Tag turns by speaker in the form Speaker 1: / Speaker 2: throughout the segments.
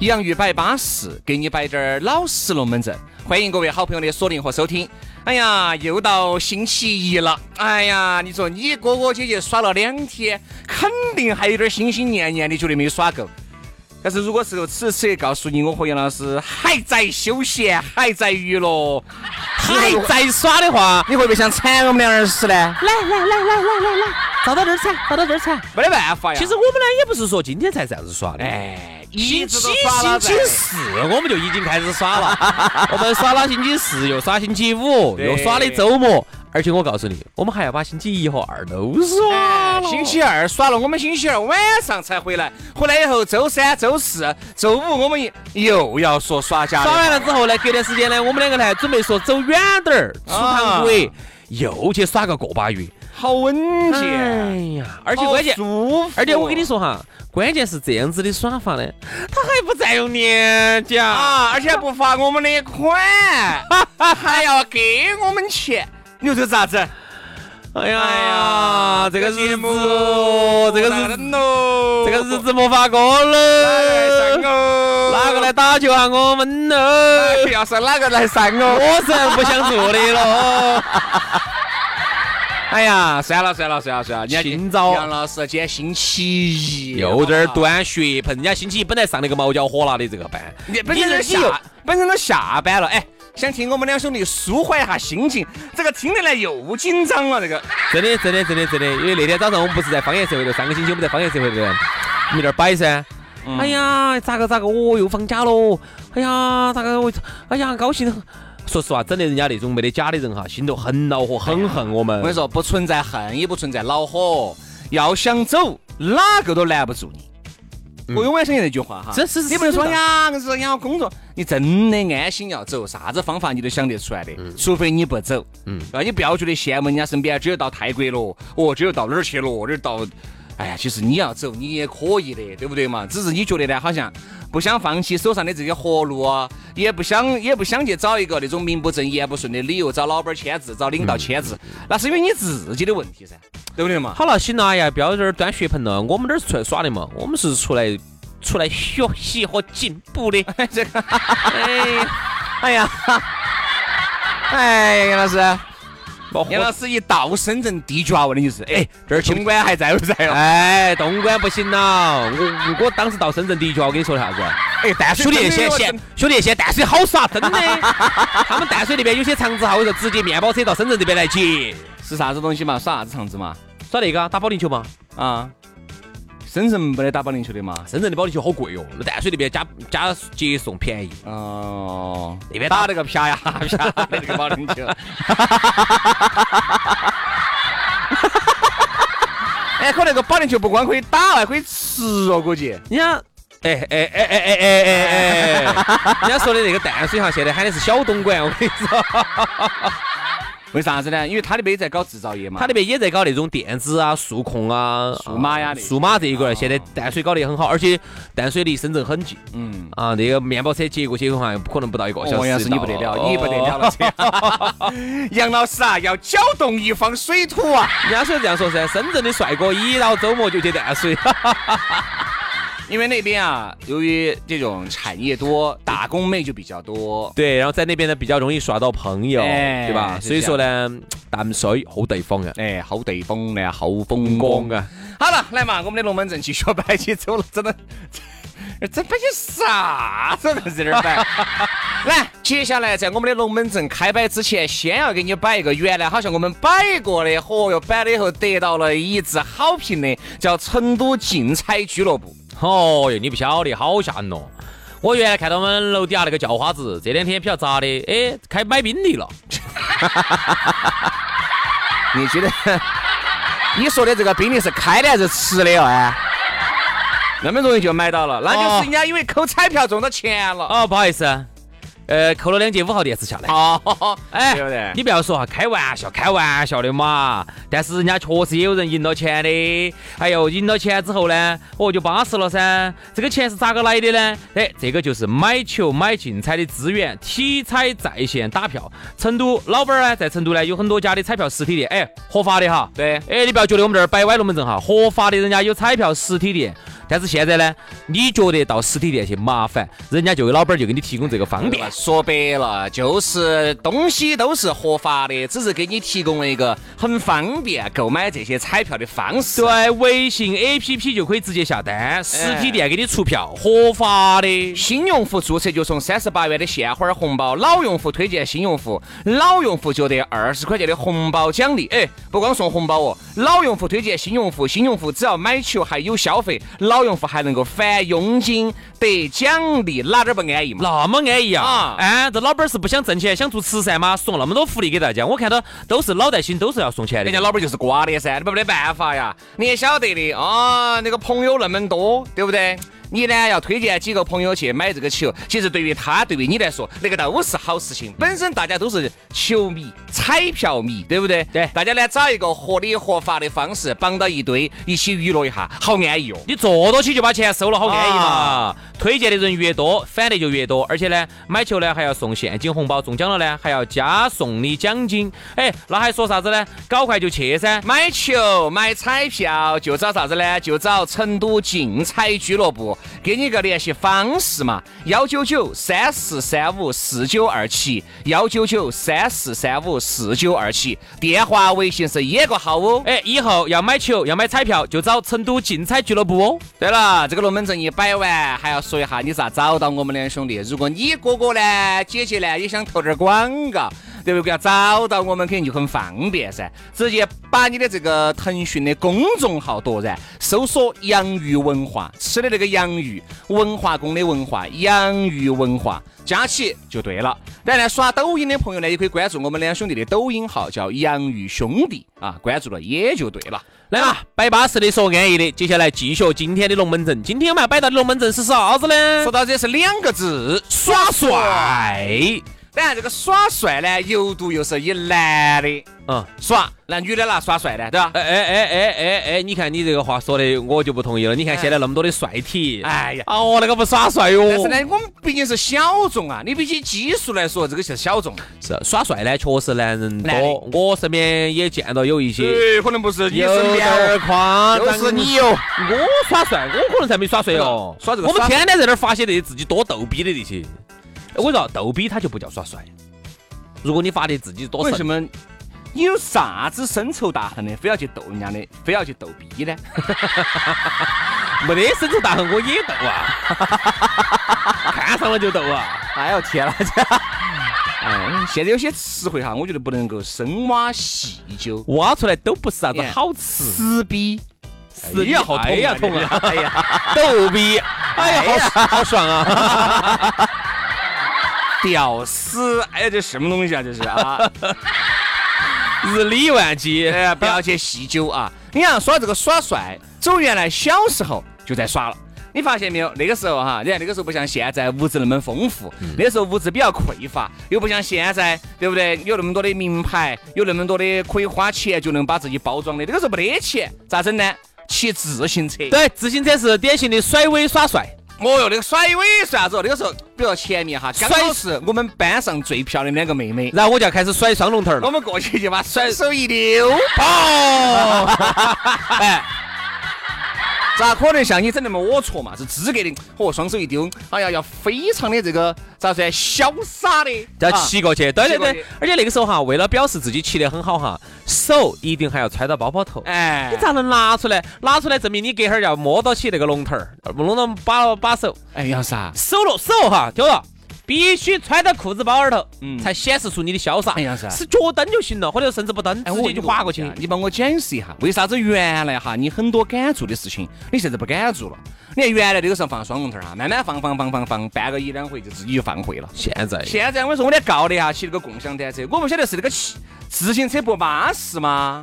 Speaker 1: 洋芋摆巴适，给你摆点儿老实龙门阵。欢迎各位好朋友的锁定和收听。哎呀，又到星期一了，哎呀，你说你哥哥姐姐耍了两天，肯定还有点心心念念的，觉得没耍够。但是如果是此时告诉你，我和杨老师还在休闲，还在娱乐， 还在耍的话，你会不会想铲我们两儿死呢？
Speaker 2: 来来来来来来来，找到这儿踩，找到这儿踩。
Speaker 1: 没得办法呀。
Speaker 2: 其实我们呢也不是说今天才这样子耍的，
Speaker 1: 哎，一
Speaker 2: 星
Speaker 1: 直
Speaker 2: 期
Speaker 1: 都耍到
Speaker 2: 星期
Speaker 1: 这儿
Speaker 2: 四我们就已经开始耍了，我们耍了星期四，又耍星期五，
Speaker 1: 对
Speaker 2: 又耍的周末，而且我告诉你，我们还要把星期一和二都耍
Speaker 1: 哎
Speaker 2: 了。
Speaker 1: 星期二耍了，我们星期二晚上才回来，回来以后周三、周四、周五我们又要说耍家的
Speaker 2: 耍完了之后呢，隔段时间呢，我们两个呢还准备说走远点儿，出趟国，又去耍个个把月。
Speaker 1: 好稳
Speaker 2: 哎
Speaker 1: 健，
Speaker 2: 呀，而且关键
Speaker 1: 好。舒服，
Speaker 2: 而且我跟你说哈，关键是这样子的耍法呢，它还不占用年假。
Speaker 1: 啊，而且还不罚我们的 款，还要给我们钱，你说这咋子？
Speaker 2: 哎
Speaker 1: 哎
Speaker 2: 呀
Speaker 1: 呀，，
Speaker 2: 这个日
Speaker 1: 节
Speaker 2: 子
Speaker 1: 目
Speaker 2: 哦，这个日子，
Speaker 1: 喽，
Speaker 2: 这个日子没法过喽。哪
Speaker 1: 哪
Speaker 2: 个来？打球啊？我们喽，
Speaker 1: 要是哪个来上哦我？
Speaker 2: 我是不想做的了。
Speaker 1: 哎呀，算了算了算了算了，人家
Speaker 2: 今早
Speaker 1: 杨老师今天星期一，
Speaker 2: 又在这儿
Speaker 1: 好不好，
Speaker 2: 端雪盆，人家星期一本来上了个毛焦火辣的这个班，
Speaker 1: 你本身都
Speaker 2: 你又
Speaker 1: 下，本身都下班了，哎，想听我们两兄弟舒缓一下心情，这个听得来又紧张啊了，这个
Speaker 2: 真的，真的，真的，真的，因为那天早上我们不是在方言社会头，上个星期我们在方言社会头，我们在那儿摆噻。哎呀，咋个咋个，哦，又放假喽！哎呀，咋个我，哎呀，高兴得很。说实话，整得人家那种没得假的人哈，心头很恼火，很恨我们。
Speaker 1: 我跟你说，不存在恨，也不存在恼火，要想走，哪个都拦不住你。我永远相信这句话哈，
Speaker 2: 这 是
Speaker 1: 你不能说
Speaker 2: 是的
Speaker 1: 呀，硬是要工作，你真的安心要走，啥子方法你都想得出来的，除非你不走，嗯，啊，你不要觉得羡慕人家身边，只有到泰国了，哦，只有到哪儿去了，这儿到，哎呀，其实你要走你也可以的，对不对嘛？只是你觉得呢，好像不想放弃手上的这些活路啊，也不想也不想去找一个那种名不正言不顺的理由找老板签字，找领导签字，那是因为你自己的问题噻，对不对嘛？
Speaker 2: 好了，行了，哎呀，不要在这儿端雪盆了，我们这儿是出来耍的嘛，我们是出来出来学习和进 步的。
Speaker 1: 这个，
Speaker 2: 哎，
Speaker 1: 哎呀，哎，杨老师。
Speaker 2: 不
Speaker 1: 杨老师一到深圳地脚问的就是，哎，
Speaker 2: 这儿去
Speaker 1: 东莞还在不在哦？
Speaker 2: 哎，东莞不行了，我我当时到深圳第一句话，我跟你说的啥子？哎，淡
Speaker 1: 水
Speaker 2: 兄弟
Speaker 1: 真的
Speaker 2: 先
Speaker 1: 有
Speaker 2: 先
Speaker 1: 真，
Speaker 2: 兄弟先淡水好耍，真的。他们淡水那边有些长子哈，我说直接面包车到深圳这边来接，
Speaker 1: 是啥子东西嘛？耍啥子场子嘛？
Speaker 2: 耍那个打保龄球嘛。
Speaker 1: 啊，深圳没得打保龄球的嘛？
Speaker 2: 深圳的保龄球好贵哟，那淡水那边加加接送便宜。
Speaker 1: 哦，
Speaker 2: 那边
Speaker 1: 打
Speaker 2: 打
Speaker 1: 那个 啪呀啪的那个保龄球。 哎，可那个保龄球不光可以打，还可以吃哦，估计。
Speaker 2: 人家，哎哎哎哎哎哎哎哎，人家说的那个淡水哈，现在喊的是小东莞，我跟你说，
Speaker 1: 为啥子呢？因为他那边也在搞制造业嘛。
Speaker 2: 他那边也在搞那种电子啊、数控啊、
Speaker 1: 数码呀
Speaker 2: 啊
Speaker 1: 那些
Speaker 2: 数码这一块儿，
Speaker 1: 啊
Speaker 2: 现在淡水搞得也很好，而且淡水离深圳很近。
Speaker 1: 嗯，
Speaker 2: 啊，那个面包车接过去的话，可能不到一个小
Speaker 1: 哦，
Speaker 2: 时。
Speaker 1: 杨老师你不得了，你不得了。了，这样 杨老师啊，要搅动一方水土啊。
Speaker 2: 人家说这样说噻，深圳的帅哥一到周末就去淡水。
Speaker 1: 因为那边啊，由于这种产业多，打工妹就比较多。
Speaker 2: 对，然后在那边呢比较容易耍到朋友，
Speaker 1: 哎
Speaker 2: 对吧？
Speaker 1: 是
Speaker 2: 所以说呢，淡水好地方啊，
Speaker 1: 哎，好地方呢，好风光
Speaker 2: 光
Speaker 1: 啊！
Speaker 2: 啊，
Speaker 1: 好了，来嘛，我们的龙门阵继续摆起走了，真的，这摆些啥子在这儿摆？ 来，接下来在我们的龙门阵开摆之前，先要给你摆一个原来好像我们摆过的，嚯哟，摆了以后得到了一致好评的，叫成都竞彩俱乐部。
Speaker 2: 哦哟，你不晓得，好吓人哦！我原来看到我们楼底下那个叫花子，这两天不晓得咋的，哎，开买宾利了。
Speaker 1: 你觉得 你说的这个宾利是开的还是吃的哦？哦哎，那么容易就买到了，那就是人家因为抠彩票中到钱了。
Speaker 2: 哦，不好意思啊，呃，扣了两节五号电池下来。
Speaker 1: 哦，
Speaker 2: 哎，
Speaker 1: 对不对
Speaker 2: 你不要说哈，开玩笑，开玩笑的嘛。但是人家确实也有人赢了钱的。哎呦，赢了钱之后呢，哦就巴适了噻。这个钱是咋个来的呢？哎，这个就是买球买竞彩的资源，体彩在线打票。成都老板儿呢，在成都呢有很多家的彩票实体店，哎，合法的哈。
Speaker 1: 对
Speaker 2: 哎，你不要觉得我们这儿摆歪龙门阵哈，合法的人家有彩票实体店。但是现在呢，你觉得到实体店去麻烦，人家就有老板儿就给你提供这个方便。
Speaker 1: 说白了就是东西都是合法的，只是给你提供了一个很方便购买这些彩票的方式。
Speaker 2: 对，微信 APP 就可以直接下单，实体店给你出票，合法的。
Speaker 1: 新用户注册就送三十八元的现花红包，老用户推荐新用户，老用户就得二十块钱的红包奖励。哎，不光送红包哦，老用户推荐新用户，新用户只要买球还有消费，老用户还能够返佣金得奖励，哪点儿不安逸嘛？
Speaker 2: 那么安逸啊
Speaker 1: 啊！
Speaker 2: 哎，这老板儿是不想挣钱，想做慈善吗？送那么多福利给大家，我看到都是脑袋心，都是要送钱的。
Speaker 1: 人家老板就是瓜的噻，你没得办法呀。你也晓得的啊，那个朋友那么多，对不对？你呢要推荐几个朋友去买这个球，其实对于他，对于你来说，那个都是好事情。本身大家都是球迷、彩票迷，对不对？
Speaker 2: 对
Speaker 1: 大家呢找一个合理合法的方式绑到一堆，一起娱乐一下，好安逸哦。
Speaker 2: 你坐到起就把钱收了，好安逸嘛
Speaker 1: 啊！
Speaker 2: 推荐的人越多，返的就越多，而且呢，买球呢还要送现金红包，中奖了呢还要加送你奖金。哎，那还说啥子呢？搞快就去噻！
Speaker 1: 买球、买彩票就找啥子呢？就找成都竞彩俱乐部，给你一个联系方式嘛，幺九九三四三五四九二七，幺九九三四三五四九二七，电话、微信是一个号哦。
Speaker 2: 哎，以后要买球要买彩票，就找成都竞彩俱乐部哦。
Speaker 1: 对了，这个龙门阵一摆完，还要说一下你咋找到我们两兄弟。如果你哥哥呢、姐姐呢也想投点广告，对不对？要找到我们肯定就很方便噻，直接把你的这个腾讯的公众号夺然，搜索“洋芋文化”，吃的那个洋芋，文化宫的文化，洋芋文化。加起就对了。当然，刷抖音的朋友呢，也可以关注我们两兄弟的抖音号，叫“洋芋兄弟”啊，关注了也就对了。
Speaker 2: 来嘛，摆巴适的说安逸的，接下来继续今天的龙门阵。今天我们要摆到的龙门阵是啥子呢
Speaker 1: 说？到这是两个字，耍帅。当然，这个耍帅呢，由度又是以男的
Speaker 2: 嗯，
Speaker 1: 耍，那女的哪耍帅呢？对吧？
Speaker 2: 哎哎哎哎哎哎，你看你这个话说的，我就不同意了。你看现在那么多的帅体，
Speaker 1: 哎呀
Speaker 2: 哦，那个不耍帅哟。
Speaker 1: 但是呢，我们毕竟是小众啊，你比起基数来说，这个是小众。
Speaker 2: 是耍帅呢，确实男人
Speaker 1: 男
Speaker 2: 多
Speaker 1: 的，
Speaker 2: 我身边也见到有一些。，
Speaker 1: 可能不是
Speaker 2: 有点儿夸
Speaker 1: 都
Speaker 2: 张，
Speaker 1: 是你哟。
Speaker 2: 我耍帅，我可能才没耍帅哦。
Speaker 1: 耍这个
Speaker 2: 我们
Speaker 1: 耍
Speaker 2: 天天在那儿发些那些自己多逗逼的那些。哎我跟你说，逗逼他就不叫耍帅。如果你发的自己多
Speaker 1: 为
Speaker 2: 神
Speaker 1: 什么你有啥子深仇大恨的，非要去逗人家的，非要去逗逼呢？
Speaker 2: 没得深仇大恨，我也斗啊， 看上了就斗啊。
Speaker 1: 哎呦天哪！这 哎，现在有些词汇哈，我觉得不能够深挖细究。
Speaker 2: 挖出来都不是啥子
Speaker 1: 哎
Speaker 2: 好词，
Speaker 1: 撕逼，
Speaker 2: 哎
Speaker 1: 撕
Speaker 2: 呀好
Speaker 1: 哎呀
Speaker 2: 痛
Speaker 1: 痛
Speaker 2: 啊
Speaker 1: 啊！哎呀，
Speaker 2: 逗逼，哎呀，好好爽啊！
Speaker 1: 屌丝，哎呀，这什么东西啊？这是啊！
Speaker 2: 日理万机，
Speaker 1: 哎呀，不要去细究啊！你看耍这个耍帅，走原来小时候就在耍了。你发现没有？那个时候哈，你看那个时候不像现在物质那么丰富，那时候物质比较匮乏，又不像现在，对不对？有那么多的名牌，有那么多的可以花钱就能把自己包装的。那个时候没得钱，咋整呢？骑自行车。
Speaker 2: 对，自行车是典型的甩尾耍帅，
Speaker 1: 哦哟，那个甩尾算啥子哦？那个时候，比如前面哈，刚
Speaker 2: 甩
Speaker 1: 好是我们班上最漂亮的两个妹妹，
Speaker 2: 然后我就要开始甩双龙头
Speaker 1: 我
Speaker 2: 了。
Speaker 1: 们过去就 把甩手一溜，
Speaker 2: 哦，哎，
Speaker 1: 咋可能像你整那么龌龊嘛？是资格的，嚯，双手一丢，哎呀，要非常的这个咋说呢？潇洒的，
Speaker 2: 要
Speaker 1: 啊
Speaker 2: 骑过去，对对
Speaker 1: 骑过
Speaker 2: 对
Speaker 1: 去，
Speaker 2: 而且那个时候哈，为了表示自己骑得很好哈，手一定还要揣到包包头。
Speaker 1: 哎
Speaker 2: 你，咋能拿出来？拿出来证明你隔会儿要摸到起那个龙头儿，弄到把把手
Speaker 1: 哎，杨啥？
Speaker 2: 手了手哈，听到？必须揣到裤子包儿头，
Speaker 1: 嗯
Speaker 2: 才显示出你的潇洒。
Speaker 1: 哎呀是啊哎
Speaker 2: 是脚蹬就行了，或者甚至不蹬，直接就划过去。
Speaker 1: 你帮我解释一下，为啥子原来哈你很多敢做的事情，你现在不敢做了？你看原来这个时候放双龙头儿哈，慢慢放放放放放，半个一两回就自己就放回了。
Speaker 2: 现在
Speaker 1: 现在我跟你说，我得告你哈，骑那个共享单车，我不晓得是那个骑自行车不巴适吗？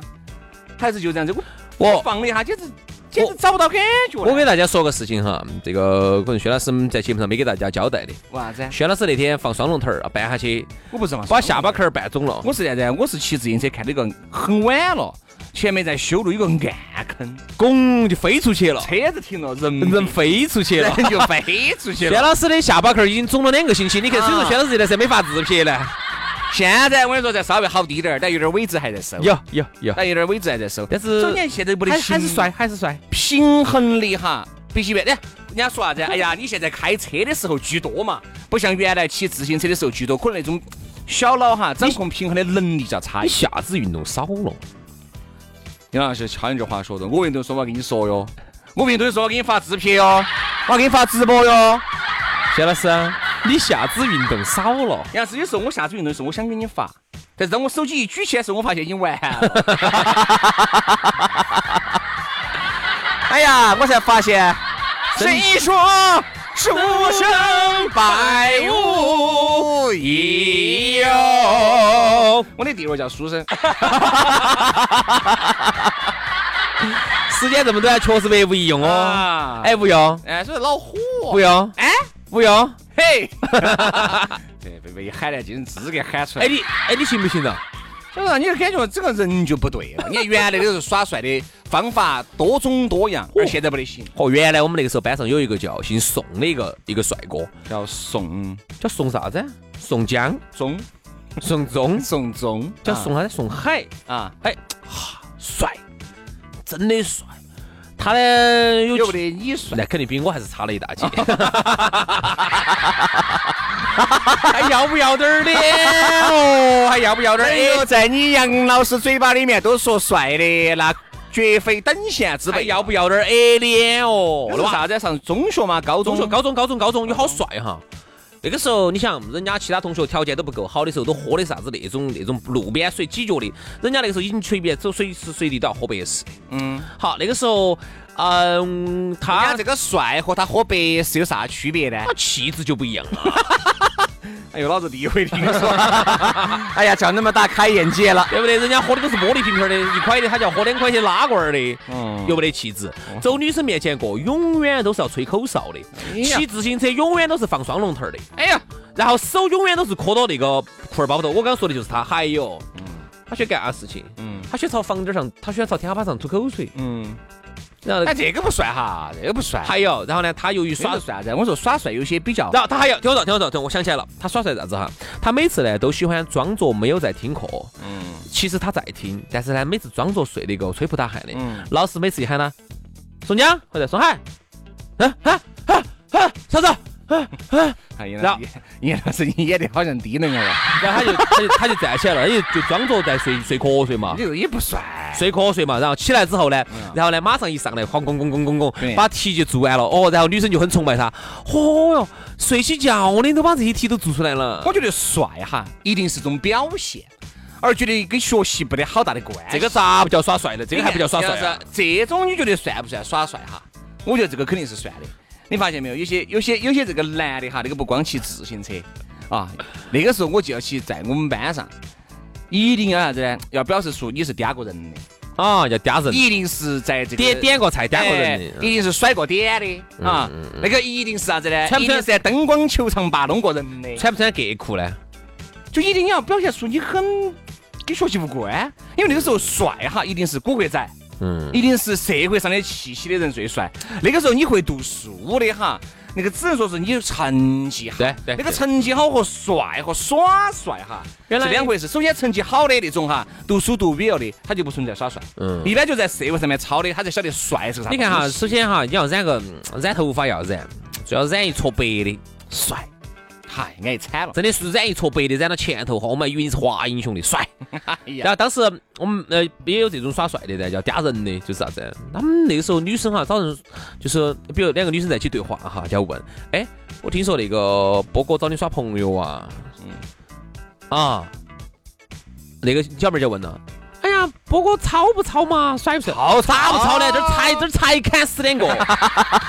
Speaker 1: 还是就这样子？我
Speaker 2: 我
Speaker 1: 我放了一下，简直简直找不到感觉了。
Speaker 2: 我给大家说个事情哈，这个可能薛老师在节目上没给大家交代的。
Speaker 1: 为啥子？
Speaker 2: 薛老师那天放双龙头儿，啊，拌下去，
Speaker 1: 我不是嘛，
Speaker 2: 把下巴壳儿拌肿了。
Speaker 1: 我是啥子？啊我是骑自行车看到一个很晚了，前面在修路有个暗坑，
Speaker 2: 拱就飞出去了，
Speaker 1: 车子停了，人
Speaker 2: 哦人飞出去了。
Speaker 1: 人就飞出 去
Speaker 2: 薛
Speaker 1: 了。
Speaker 2: 老师的下巴壳儿已经肿了两个星期，你看，所以说
Speaker 1: 啊哎
Speaker 2: 薛老师这段时间没发自拍呢。
Speaker 1: 现在我跟你说，再稍微好低点儿，但有点尾子还在收，
Speaker 2: 有有有，
Speaker 1: 但有点尾子还在收。
Speaker 2: 但是
Speaker 1: 所以你看现在不得
Speaker 2: 呃还
Speaker 1: 行
Speaker 2: 还是帅，还是帅。
Speaker 1: 平衡力哈，必须变。哎，人家说啥子？哎呀，你现在开车的时候居多嘛，不像原来骑自行车的时候居多，可能那种小脑哈掌控平衡的能力较差
Speaker 2: 你
Speaker 1: 一些。
Speaker 2: 下肢运动少了，
Speaker 1: 杨老师，瞧你这话说的，我运动说我要跟你说哟，我运动说我给你发自拍哟，我要给你发直播哟。
Speaker 2: 薛老师，啊你下肢运动少了。
Speaker 1: 杨老师，有时候我下次运动的时候，我想给你发，但是当我手机一举起来的时候，我发现已经完了。 哎呀，我才发现，谁说书生百无一哦用？我的地位叫书生，
Speaker 2: 时间这么短，确实百无一用哦
Speaker 1: 啊。
Speaker 2: 哎，不用，
Speaker 1: 哎，所以老火。
Speaker 2: 不用，
Speaker 1: 哎，
Speaker 2: 不用。
Speaker 1: 嘿， 对，被被喊来，今天资格喊出来
Speaker 2: 哎，。你哎，你行不行了？
Speaker 1: 所以说，你就感觉这个人就不对了。你看原来的时候耍帅的方法多种多样，而现在不得行。
Speaker 2: 哦，原来我们那个时候班上有一个叫姓宋的一个一个帅哥，
Speaker 1: 叫宋
Speaker 2: 叫宋啥子？啊宋江、
Speaker 1: 忠，
Speaker 2: 宋忠，
Speaker 1: 宋忠
Speaker 2: 叫宋啥子？宋海，
Speaker 1: 啊，
Speaker 2: 哎，帅，真的帅。他呢有
Speaker 1: 有不得你帅？
Speaker 2: 那肯定比我还是差了一大截。还要 不要点儿 脸哦？还要不要点儿
Speaker 1: 哎
Speaker 2: 脸
Speaker 1: 呦，？在你杨老师嘴巴里面都说帅的，那绝非等闲之
Speaker 2: 还
Speaker 1: 辈。
Speaker 2: 要不要点儿矮脸哦？嗯
Speaker 1: 那啥子？上中学嘛，高
Speaker 2: 中
Speaker 1: 中
Speaker 2: 学、高中、高中、高中，你好帅哈！那个时候，你想，人家其他同学条件都不够好的时候，都喝的啥子那种那种路边水几角的，人家那个时候已经随便走随时随地都要喝白事。
Speaker 1: 嗯，
Speaker 2: 好，那个时候，嗯，
Speaker 1: 人家
Speaker 2: 他
Speaker 1: 啊这个帅和他喝白是有啥区别呢？
Speaker 2: 他气质就不一样了，
Speaker 1: 哎呦，老子第一回听 说。哎呀，叫你们大开眼界了。
Speaker 2: 对不对？人家喝的都是玻璃瓶瓶儿的，一块的，他就要喝两块钱拉罐儿的。
Speaker 1: 嗯，
Speaker 2: 有没得气质，走女生面前过，永远都是要吹口哨的；骑自行车永远都是放双龙头儿的，
Speaker 1: 哎呀，
Speaker 2: 然后手永远都是磕到那个裤儿包头。我刚刚说的就是他。还有，他喜欢干啥事情？
Speaker 1: 嗯
Speaker 2: 他喜欢朝房顶上，他喜欢朝天花板上吐口水。
Speaker 1: 嗯，
Speaker 2: 然后
Speaker 1: 哎，，这个不帅哈，这个不帅。
Speaker 2: 还有，然后呢，他由于
Speaker 1: 耍
Speaker 2: 耍
Speaker 1: 的帅啊噻，我说耍帅有些比较
Speaker 2: 然后他还要听我说，听我说，听我说我想起来了，他耍帅啥子哈？他每次呢都喜欢装作没有在听课，嗯，其实他在听，但是呢每次装作睡的一个吹不打鼾的，
Speaker 1: 嗯
Speaker 2: 老师每次一喊他，宋江或者宋海，啊啊啊啊，啥子？
Speaker 1: 哎呀，然后
Speaker 2: 然后
Speaker 1: 你老师你演的好像低能儿啊，
Speaker 2: 然后他就他就他就站起来了，他就就装作在睡睡瞌睡嘛
Speaker 1: 你。这个也不帅。
Speaker 2: 睡瞌睡嘛，然后起来之后呢，然后呢，马上一上来，哐咣咣咣咣咣，
Speaker 1: 嗯对
Speaker 2: 把题就做完了。哦，然后女生就很崇拜他。嚯哟，睡起觉的都把这些题都做出来了。
Speaker 1: 我觉得帅哈，一定是种表现，而觉得跟学习没得好大的关系。
Speaker 2: 这个咋不叫耍帅呢？这个还不叫耍帅、
Speaker 1: 你看
Speaker 2: 啊
Speaker 1: 要是？这种你觉得算不算耍帅哈？我觉得这个肯定是算的。你发现没有？有些有些有些这个男的哈，那个不光骑自行车啊，那个时候我就要骑，在我们班上一定要啥子呢？要表示出你是嗲过人的，
Speaker 2: 啊，要嗲人，
Speaker 1: 哎一定是在这个
Speaker 2: 点点过菜，点过
Speaker 1: 哎
Speaker 2: 人的。
Speaker 1: 一定是甩过点的啊，那个一定是啥子呢？
Speaker 2: 穿不
Speaker 1: 一定
Speaker 2: 穿
Speaker 1: 是在灯光球场吧弄过人的，
Speaker 2: 穿不穿格裤呢？
Speaker 1: 就一定要表现出你很跟学习无关，因为那个时候帅哈，一定是古惑仔。
Speaker 2: 嗯
Speaker 1: 一定是社会上的气息的人最帅。那个时候你会读书的哈，那个只能说是你成绩好，
Speaker 2: 对
Speaker 1: 那
Speaker 2: 对
Speaker 1: 个
Speaker 2: 对
Speaker 1: 成绩好和帅和耍帅哈，
Speaker 2: 原来
Speaker 1: 是两回事。首先成绩好的那种哈，读书读 BL 的，他就不存在耍帅，
Speaker 2: 嗯
Speaker 1: 一般就在社会上面抄的，他才晓得帅是个啥东西。
Speaker 2: 你看哈，首先哈，你要染个嗯染头发要染，最好染一撮白的，帅，
Speaker 1: 嗨，安逸惨了。
Speaker 2: 真的是染一撮白的，染到前头，哦我们云华英雄的帅。
Speaker 1: 哎
Speaker 2: 然
Speaker 1: 呀，
Speaker 2: 后当时我们呃也有这种耍帅的噻，叫嗲人的，就是啥子？他们那个时候女生哈，找人就是比如两个女生在一起对话哈，就要问，哎，我听说那个波哥找你耍朋友啊，啊，那个小妹儿就问了。哎呀，波哥超不超嘛？帅不帅？超咋不超呢？这儿才这儿才砍死两个，这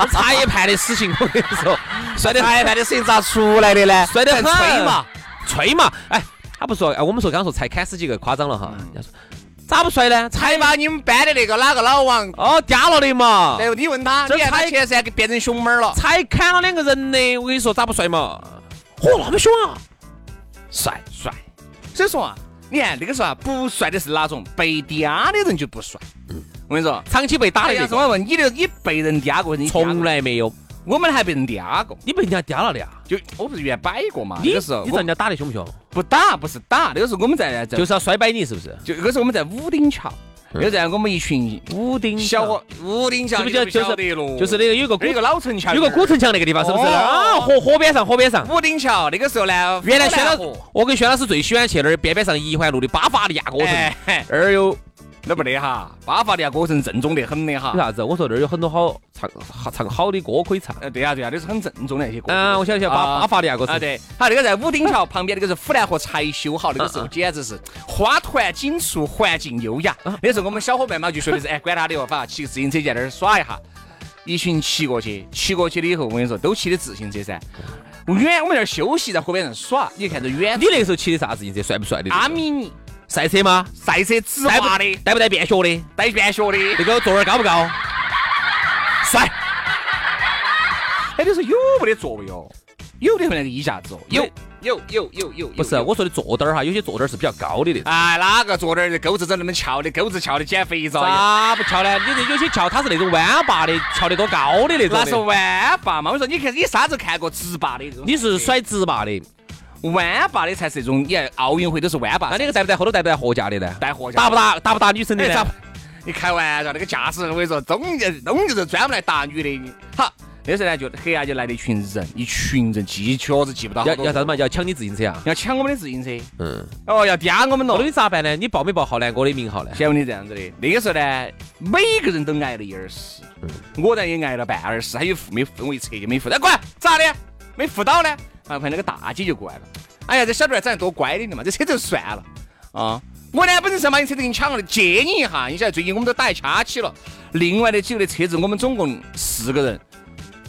Speaker 2: 儿才一派的死刑。我跟你说，帅 的
Speaker 1: 裁判的声音咋出来的呢？
Speaker 2: 摔得很
Speaker 1: 吹嘛，
Speaker 2: 吹嘛，哎，他不说，哎，我们说刚刚说才砍死几个，夸张了
Speaker 1: 嗯
Speaker 2: 哈。人家说咋不摔呢？才
Speaker 1: 还把你们班的那个哪个老王，
Speaker 2: 哦，嗲了的嘛，
Speaker 1: 然后你问他，
Speaker 2: 这
Speaker 1: 你看他
Speaker 2: 才
Speaker 1: 前三个变成熊猫了。
Speaker 2: 才砍了两个人的，我跟你说咋不摔嘛？嚯，那么凶啊！帅
Speaker 1: 帅。所以说啊，你看那个时候啊，不帅的是哪种？被嗲的人就不帅。我跟你说，
Speaker 2: 长期被打
Speaker 1: 哎
Speaker 2: 的
Speaker 1: 呀，
Speaker 2: 那
Speaker 1: 是
Speaker 2: 个，
Speaker 1: 我问你的，你被人嗲过？你嗲过
Speaker 2: 从，来没有，
Speaker 1: 我们还被人嗲过。
Speaker 2: 你被人家嗲了的呀？
Speaker 1: 就我不是原摆过嘛，啊那
Speaker 2: 你
Speaker 1: 个
Speaker 2: 你
Speaker 1: 时候
Speaker 2: 知道
Speaker 1: 我
Speaker 2: 人家打的凶不凶？
Speaker 1: 不打不是打，那个时候我们在在
Speaker 2: 就是要摔摆你，是不是？
Speaker 1: 就那个时候我们在武顶桥，那个在我们一群
Speaker 2: 屋顶
Speaker 1: 嗯小伙，武顶桥
Speaker 2: 是不
Speaker 1: 你都
Speaker 2: 是就
Speaker 1: 不
Speaker 2: 就
Speaker 1: 晓得
Speaker 2: 是
Speaker 1: 咯，
Speaker 2: 就是那个有个古
Speaker 1: 哎那个老城墙，
Speaker 2: 有个古城墙那个地方，是不是？
Speaker 1: 哦
Speaker 2: 啊，河河边上，河边上。
Speaker 1: 武顶桥那个时候呢，
Speaker 2: 原来轩老
Speaker 1: 湖南河，
Speaker 2: 我跟轩老师最喜欢去那儿边边上一环路的巴伐利亚歌城，
Speaker 1: 哎，
Speaker 2: 那儿有
Speaker 1: 那不得哈，巴伐利亚歌城正宗得很的哈
Speaker 2: 有。啥子？我说那儿有很多好唱好唱好的歌可以唱。
Speaker 1: 呃，对呀、对呀、那是很正宗的那些歌。
Speaker 2: 嗯，我晓得晓得巴
Speaker 1: 啊
Speaker 2: 巴伐利亚歌
Speaker 1: 啊，
Speaker 2: 城。
Speaker 1: 对，他那个在武顶桥旁边，那个是湖南河才修好，那个时候简直是花团锦簇，环境优雅。那时候我们小伙伴嘛就说的是，哎，管他的哦，反正骑个自行车在那儿耍一下，一群骑过去，骑过去了以后，我跟你说，都骑的自行车噻。远我们在那儿休息，在河边上耍，你看这远
Speaker 2: 啊你那个时候骑的啥自行车？帅不帅的？
Speaker 1: 阿米尼
Speaker 2: 赛车吗？
Speaker 1: 赛车直
Speaker 2: 带不
Speaker 1: 滑的，
Speaker 2: 带不带便携的？
Speaker 1: 哎带圆学的。
Speaker 2: 那个座位高不高？帅。
Speaker 1: 哎，你说有没得座位哦？有的那个衣架子哦，有有有有有。
Speaker 2: 不是，
Speaker 1: 有
Speaker 2: 我说的坐凳儿哈，有些坐凳儿是比较高的那种。
Speaker 1: 哎，哪个坐那儿钩子在那么翘的，钩子翘的捡肥皂呀？
Speaker 2: 咋不翘呢？哎你这有些翘，它是那种弯把的，翘得多高的那种
Speaker 1: 那是
Speaker 2: 的。
Speaker 1: 弯把嘛？我说你看你啥子看过直把的？
Speaker 2: 你是甩直把的，
Speaker 1: 弯把的才是一种，你看奥运会都是弯把
Speaker 2: 啊那，那个带不带后头带不带货架的呢？
Speaker 1: 带货架
Speaker 2: 打不打打不打女生的
Speaker 1: 哎咋
Speaker 2: 呢
Speaker 1: 不？？你开玩笑，那个架势，我跟你说，中就是中就是专门来打女的。好，那时候呢，就黑呀就来了一群人，一群人记确实记不到
Speaker 2: 要
Speaker 1: 好多
Speaker 2: 要啥子
Speaker 1: 人
Speaker 2: 嘛？要抢你自行车啊？
Speaker 1: 要抢我们的自行车，
Speaker 2: 嗯，
Speaker 1: 哦，要嗲我们
Speaker 2: 后
Speaker 1: 了
Speaker 2: 头。你咋办呢？你报没报浩南哥的名号呢？
Speaker 1: 先问你这样子的，那个时候呢，每个人都挨了一耳屎，我呢也挨了半耳屎，还有付没付，我一扯就没付。哎，过来，咋的？没付到呢？啊，旁边那个大姐就过来了。哎呀，这小弟儿长得多乖的嘛，这车就算了啊。我呢本身想把你车子给你抢了的，借你一下。你晓得最近我们都打一掐起了，另外的几个的车子，我们总共四个人，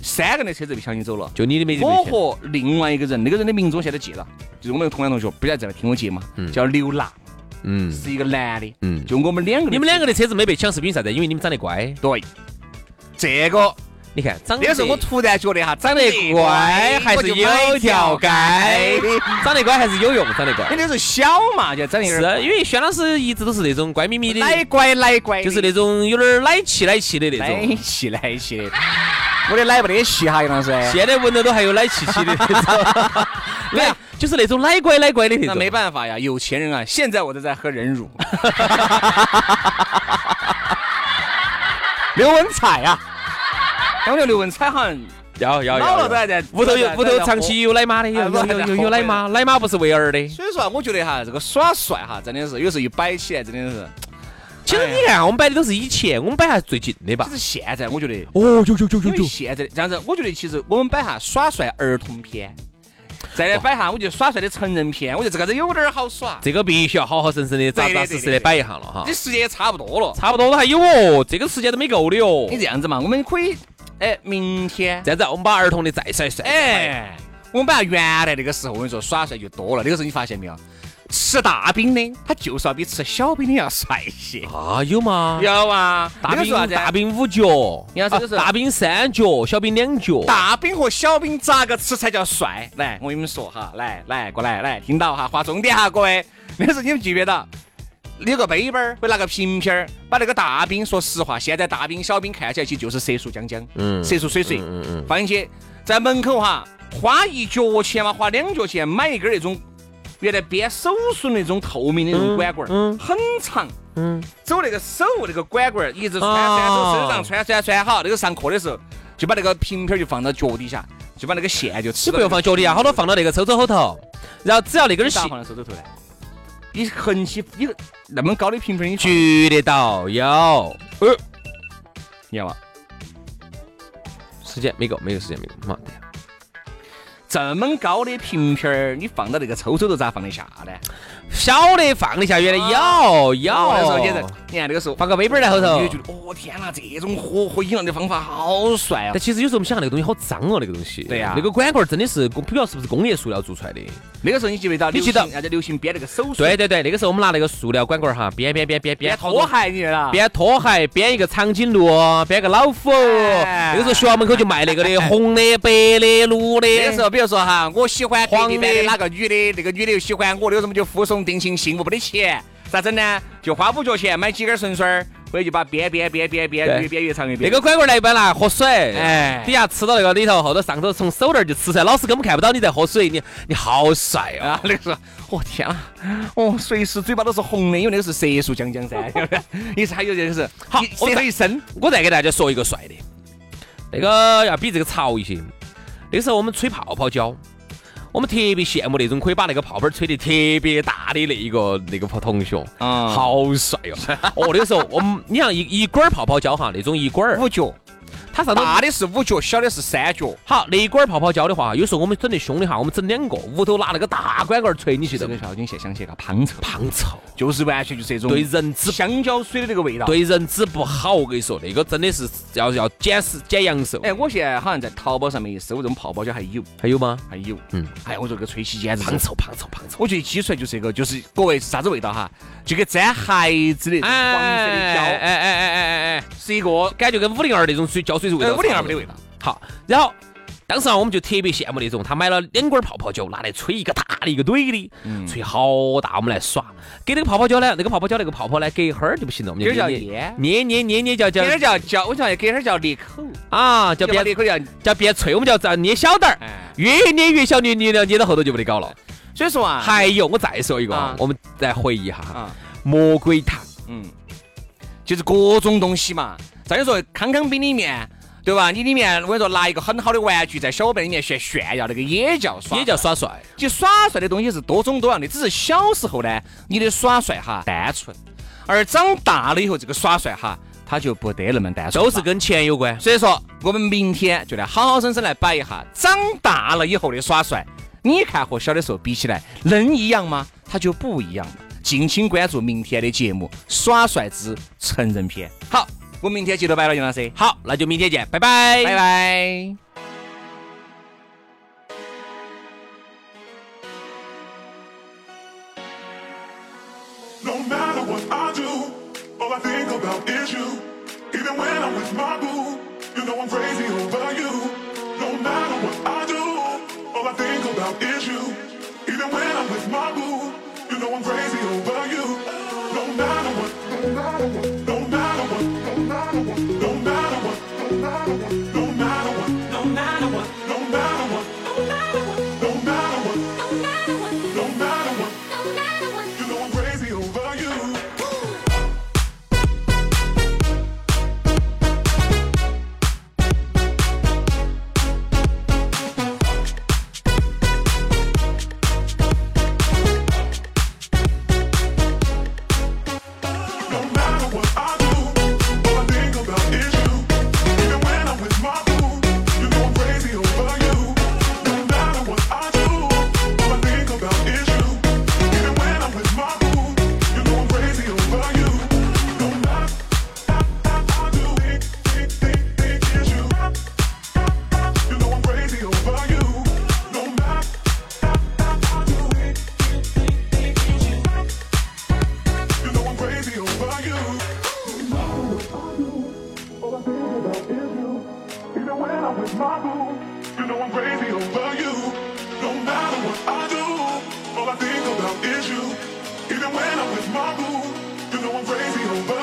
Speaker 1: 三个人的车子被抢走了。
Speaker 2: 就你的没得
Speaker 1: 我
Speaker 2: 名
Speaker 1: 和另外一个人，那个人的名字我现在记了，就是我们那个同班同学，不晓得在那听我节嘛，叫刘浪，
Speaker 2: 嗯，
Speaker 1: 是一个男的，
Speaker 2: 嗯
Speaker 1: 就我们两个人，
Speaker 2: 你们两个的车子没被抢是因为啥子？因为你们长得乖。
Speaker 1: 对，这个
Speaker 2: 你看，长
Speaker 1: 那个时候我突然觉得哈，长
Speaker 2: 长得
Speaker 1: 得
Speaker 2: 乖
Speaker 1: 乖
Speaker 2: 还是有条街，长得乖还是有用，长
Speaker 1: 你
Speaker 2: 得乖。
Speaker 1: 哎那时候小嘛，就长得有点
Speaker 2: 是因为轩老师一直都是那种乖咪咪的，
Speaker 1: 奶乖奶乖的，哎
Speaker 2: 就是那种有点儿奶气奶气的那
Speaker 1: 奶
Speaker 2: 种。
Speaker 1: 气奶气的。我的奶没得气哈，杨老师。
Speaker 2: 现在闻到都还有奶气气的那 种，没有，就是那种奶乖奶乖的那
Speaker 1: 那
Speaker 2: 种。
Speaker 1: 没办法呀，有钱人啊！现在我都在喝人 乳。刘文彩啊，感觉刘文彩好像
Speaker 2: 要要
Speaker 1: 老了
Speaker 2: 要
Speaker 1: 都。还在
Speaker 2: 屋头有屋头长。期有奶妈的，有
Speaker 1: 哎
Speaker 2: 有有有有奶妈，奶妈不是喂儿的。
Speaker 1: 所以说啊，我觉得哈，这个耍帅哈，真的是有时候一摆起来，真的是。
Speaker 2: 其实你看，我们摆的都是以前，我们摆还是最近的吧
Speaker 1: 只。是现在我觉得，
Speaker 2: 哦，有有有
Speaker 1: 因为现在这样子，我觉得其实我们摆下耍帅儿童片，再来摆下，我觉得耍帅的成人片，我觉得这个子有点儿好耍，
Speaker 2: 这个必须要好好生生的、扎扎实实的摆一下了哈
Speaker 1: 这。时间也差不多了。
Speaker 2: 差不多了，还有哦，这个时间都没够的哦
Speaker 1: 你。这样子嘛，我们可以，哎，明天，
Speaker 2: 这样子，我们把儿童的再甩甩。哎，
Speaker 1: 哎，我们摆下原来那个时候，我跟你说耍帅就多了，那个时候你发现没有？吃大饼的，他就是要比吃小饼的要帅一些。
Speaker 2: 啊，有吗？
Speaker 1: 有啊，
Speaker 2: 大
Speaker 1: 那个
Speaker 2: 兵
Speaker 1: 时候啥子
Speaker 2: 大兵五角，
Speaker 1: 你看这个是
Speaker 2: 啊大兵三角，小兵两角。
Speaker 1: 大饼和小饼咋个吃才叫帅？来，我跟你们说哈，来来过来来，听到哈，划重点哈，各位，那时候你们记不记得？有个杯杯儿，或者拿个瓶瓶儿，把那个大饼，说实话，现在大饼、小饼看起来其实就是色素浆浆，嗯，色素水水，放进去，在门口哈，花一角钱嘛，花两角钱买一根那种原来编手绳那种透明的那种管管儿，很长。嗯，走那个手那个管管儿，一直穿穿走身上，穿穿穿好。那个上课的时候，就把那个瓶瓶儿就放到脚底下，就把那个线就吃。
Speaker 2: 你不用放脚底下，好多放到那个抽抽后头，然后只要那根
Speaker 1: 你
Speaker 2: 线
Speaker 1: 咋放到手指头来？你横起你那么高的瓶瓶儿，你去
Speaker 2: 举得到，有
Speaker 1: 你要吗？
Speaker 2: 时间没够，没有时间没够，妈的，
Speaker 1: 这么高的瓶瓶儿，你放到那个抽抽头咋放得下呢？
Speaker 2: 晓得放得下，原来有有，
Speaker 1: 那时候也在，你看那个时候
Speaker 2: 放个杯杯儿在后头
Speaker 1: 你就觉得哦天哪，这种喝喝饮料的方法好帅啊
Speaker 2: 但！其实有时候我们想，那个东西好脏哦，那个东西。
Speaker 1: 对呀
Speaker 2: 那个管管儿真的是，我不知道是不是工业塑料做出来的。
Speaker 1: 那个时候你记不记得？
Speaker 2: 你记得
Speaker 1: 人家流行编那个手术，
Speaker 2: 对，对对，那个时候我们拿那个塑料管管儿哈，编编编编
Speaker 1: 编
Speaker 2: 编
Speaker 1: 拖，鞋你啦，
Speaker 2: 编拖鞋，编一个长颈鹿，编个老虎。
Speaker 1: 哎
Speaker 2: 那个时候学校门口就卖那个的，红的、白的、绿
Speaker 1: 那个时
Speaker 2: 的。
Speaker 1: 候，比如说哈，我喜欢隔壁班
Speaker 2: 黄
Speaker 1: 的
Speaker 2: 的
Speaker 1: 哪个女的，那个女的又喜欢我，那个时候我们就附送定情信物，没得钱，咋整呢？就花五角钱买几根绳绳儿，回去把编编编编编，
Speaker 2: 对
Speaker 1: 越编越长越
Speaker 2: 那
Speaker 1: 编。
Speaker 2: 个管管儿一般拿喝水，
Speaker 1: 哎
Speaker 2: 底下吃到那个里头，后头上头从手那儿就吃出来，老师根本看不到你在喝水，你你好帅哦
Speaker 1: 啊，！那个时候，我天啊，哦，随时嘴巴都是红的，因为那个是色素浆浆噻，你是还有就是，
Speaker 2: 好
Speaker 1: 一
Speaker 2: 我
Speaker 1: 射了一身，
Speaker 2: 我再给大家说一个帅的，那个要比这个潮一些。那时候我们吹泡泡胶，我们特别羡慕那种可以把那个泡泡吹得特别大的那一个那个同学，哦
Speaker 1: 嗯
Speaker 2: 好帅哟、哦！那个时候我们，你像一一管儿泡泡胶哈，那种一管儿，
Speaker 1: 五角，
Speaker 2: 它上头
Speaker 1: 哦大的是五角，小的是三角。
Speaker 2: 好，那一管儿泡泡胶的话，有时候我们整得凶的哈，我们整两个，屋头拿那个大管管儿吹，你记
Speaker 1: 这
Speaker 2: 得
Speaker 1: 个
Speaker 2: 吗？
Speaker 1: 小军现在想起个胖臭，
Speaker 2: 胖臭，
Speaker 1: 就是完全就是一种
Speaker 2: 对人之
Speaker 1: 香蕉水的那个味道。，
Speaker 2: 对人之不好，我跟你说，那个真的是要要捡死捡阳寿。
Speaker 1: 哎，我现在好像在淘宝上面一搜，这种泡泡胶还有，
Speaker 2: 还有吗？
Speaker 1: 还有，
Speaker 2: 嗯，
Speaker 1: 哎，我说这个吹起简直是
Speaker 2: 胖，臭，胖臭，胖臭。
Speaker 1: 我觉得挤出来就是一个，就是各位是啥子味道哈？就跟粘孩子的黄色的
Speaker 2: 哎
Speaker 1: 胶
Speaker 2: 哎哎哎哎哎，
Speaker 1: 是一个，
Speaker 2: 感觉跟五零二那种水胶水是味
Speaker 1: 呃，
Speaker 2: 道
Speaker 1: 五
Speaker 2: 差不多。
Speaker 1: 零二没得味道。
Speaker 2: 好，然后当时啊，我们就特别羡慕那种，他买了两罐泡泡胶，拿来吹一个大的一个堆的，
Speaker 1: 嗯
Speaker 2: 吹好大，我们来耍。给那个泡泡胶呢，那个泡泡胶那个泡泡呢，隔一会儿就不行了，我们就
Speaker 1: 隔叫
Speaker 2: 捏
Speaker 1: 捏
Speaker 2: 捏捏捏捏叫叫
Speaker 1: 隔点儿叫叫，我想隔点儿叫裂口，
Speaker 2: 啊，叫
Speaker 1: 就把
Speaker 2: 变
Speaker 1: 裂口叫。
Speaker 2: 叫变脆，我们叫叫捏小点儿
Speaker 1: 哎，
Speaker 2: 越捏越小，捏捏捏捏到后头就没得搞了。
Speaker 1: 所以说啊，
Speaker 2: 还有，我再说一个
Speaker 1: 啊
Speaker 2: 啊，我们再回忆一下哈，
Speaker 1: 啊，
Speaker 2: 魔鬼糖。
Speaker 1: 嗯，就是各种东西嘛。再就说康康冰里面，对吧？你里面我跟你说，拿一个很好的玩具在小伙伴里面炫炫耀，那个也叫耍，
Speaker 2: 也叫耍帅，
Speaker 1: 其实耍帅的东西是多种多样的，只是小时候呢，你的耍帅哈单纯，而长大了以后，这个耍帅哈，他就不得那么单纯了，
Speaker 2: 都是跟钱有关。
Speaker 1: 所以说，我们明天就来好好生生来摆一下，长大了以后的耍帅，你看和小的时候比起来，能一样吗？它就不一样了。敬请关注明天的节目《耍帅之成人篇》。好，我们明天接着摆了，杨老师，
Speaker 2: 好，那就明天见，拜拜，
Speaker 1: 拜拜。
Speaker 3: No matter what I do, all I think about is you. Even when I'm with my boo, you know I'm crazy over you. No matter what I do, all I think about is you. Even when I'm with my boo, you know I'm crazy over you. No matter what, no matter what, no matter what, no matter what, no matter what, no matter what, no matter what, no matter what. You know I'm crazy over you. No matter what I do, all I think about is you. Even when I'm with my boo, you know I'm crazy over you. No matter what I do, all I think about is you. Even when I'm with my boo, you know I'm crazy over you. No matter what I do, think, think, think, think is you. You know I'm crazy over you. No matter what I do, think, think, think, think is you. You know I'm crazy over you. All I think about is you. Even when I'm with my boo, you know I'm crazy over you. No matter what I do, all I think about is you. Even when I'm with my boo, you know I'm crazy over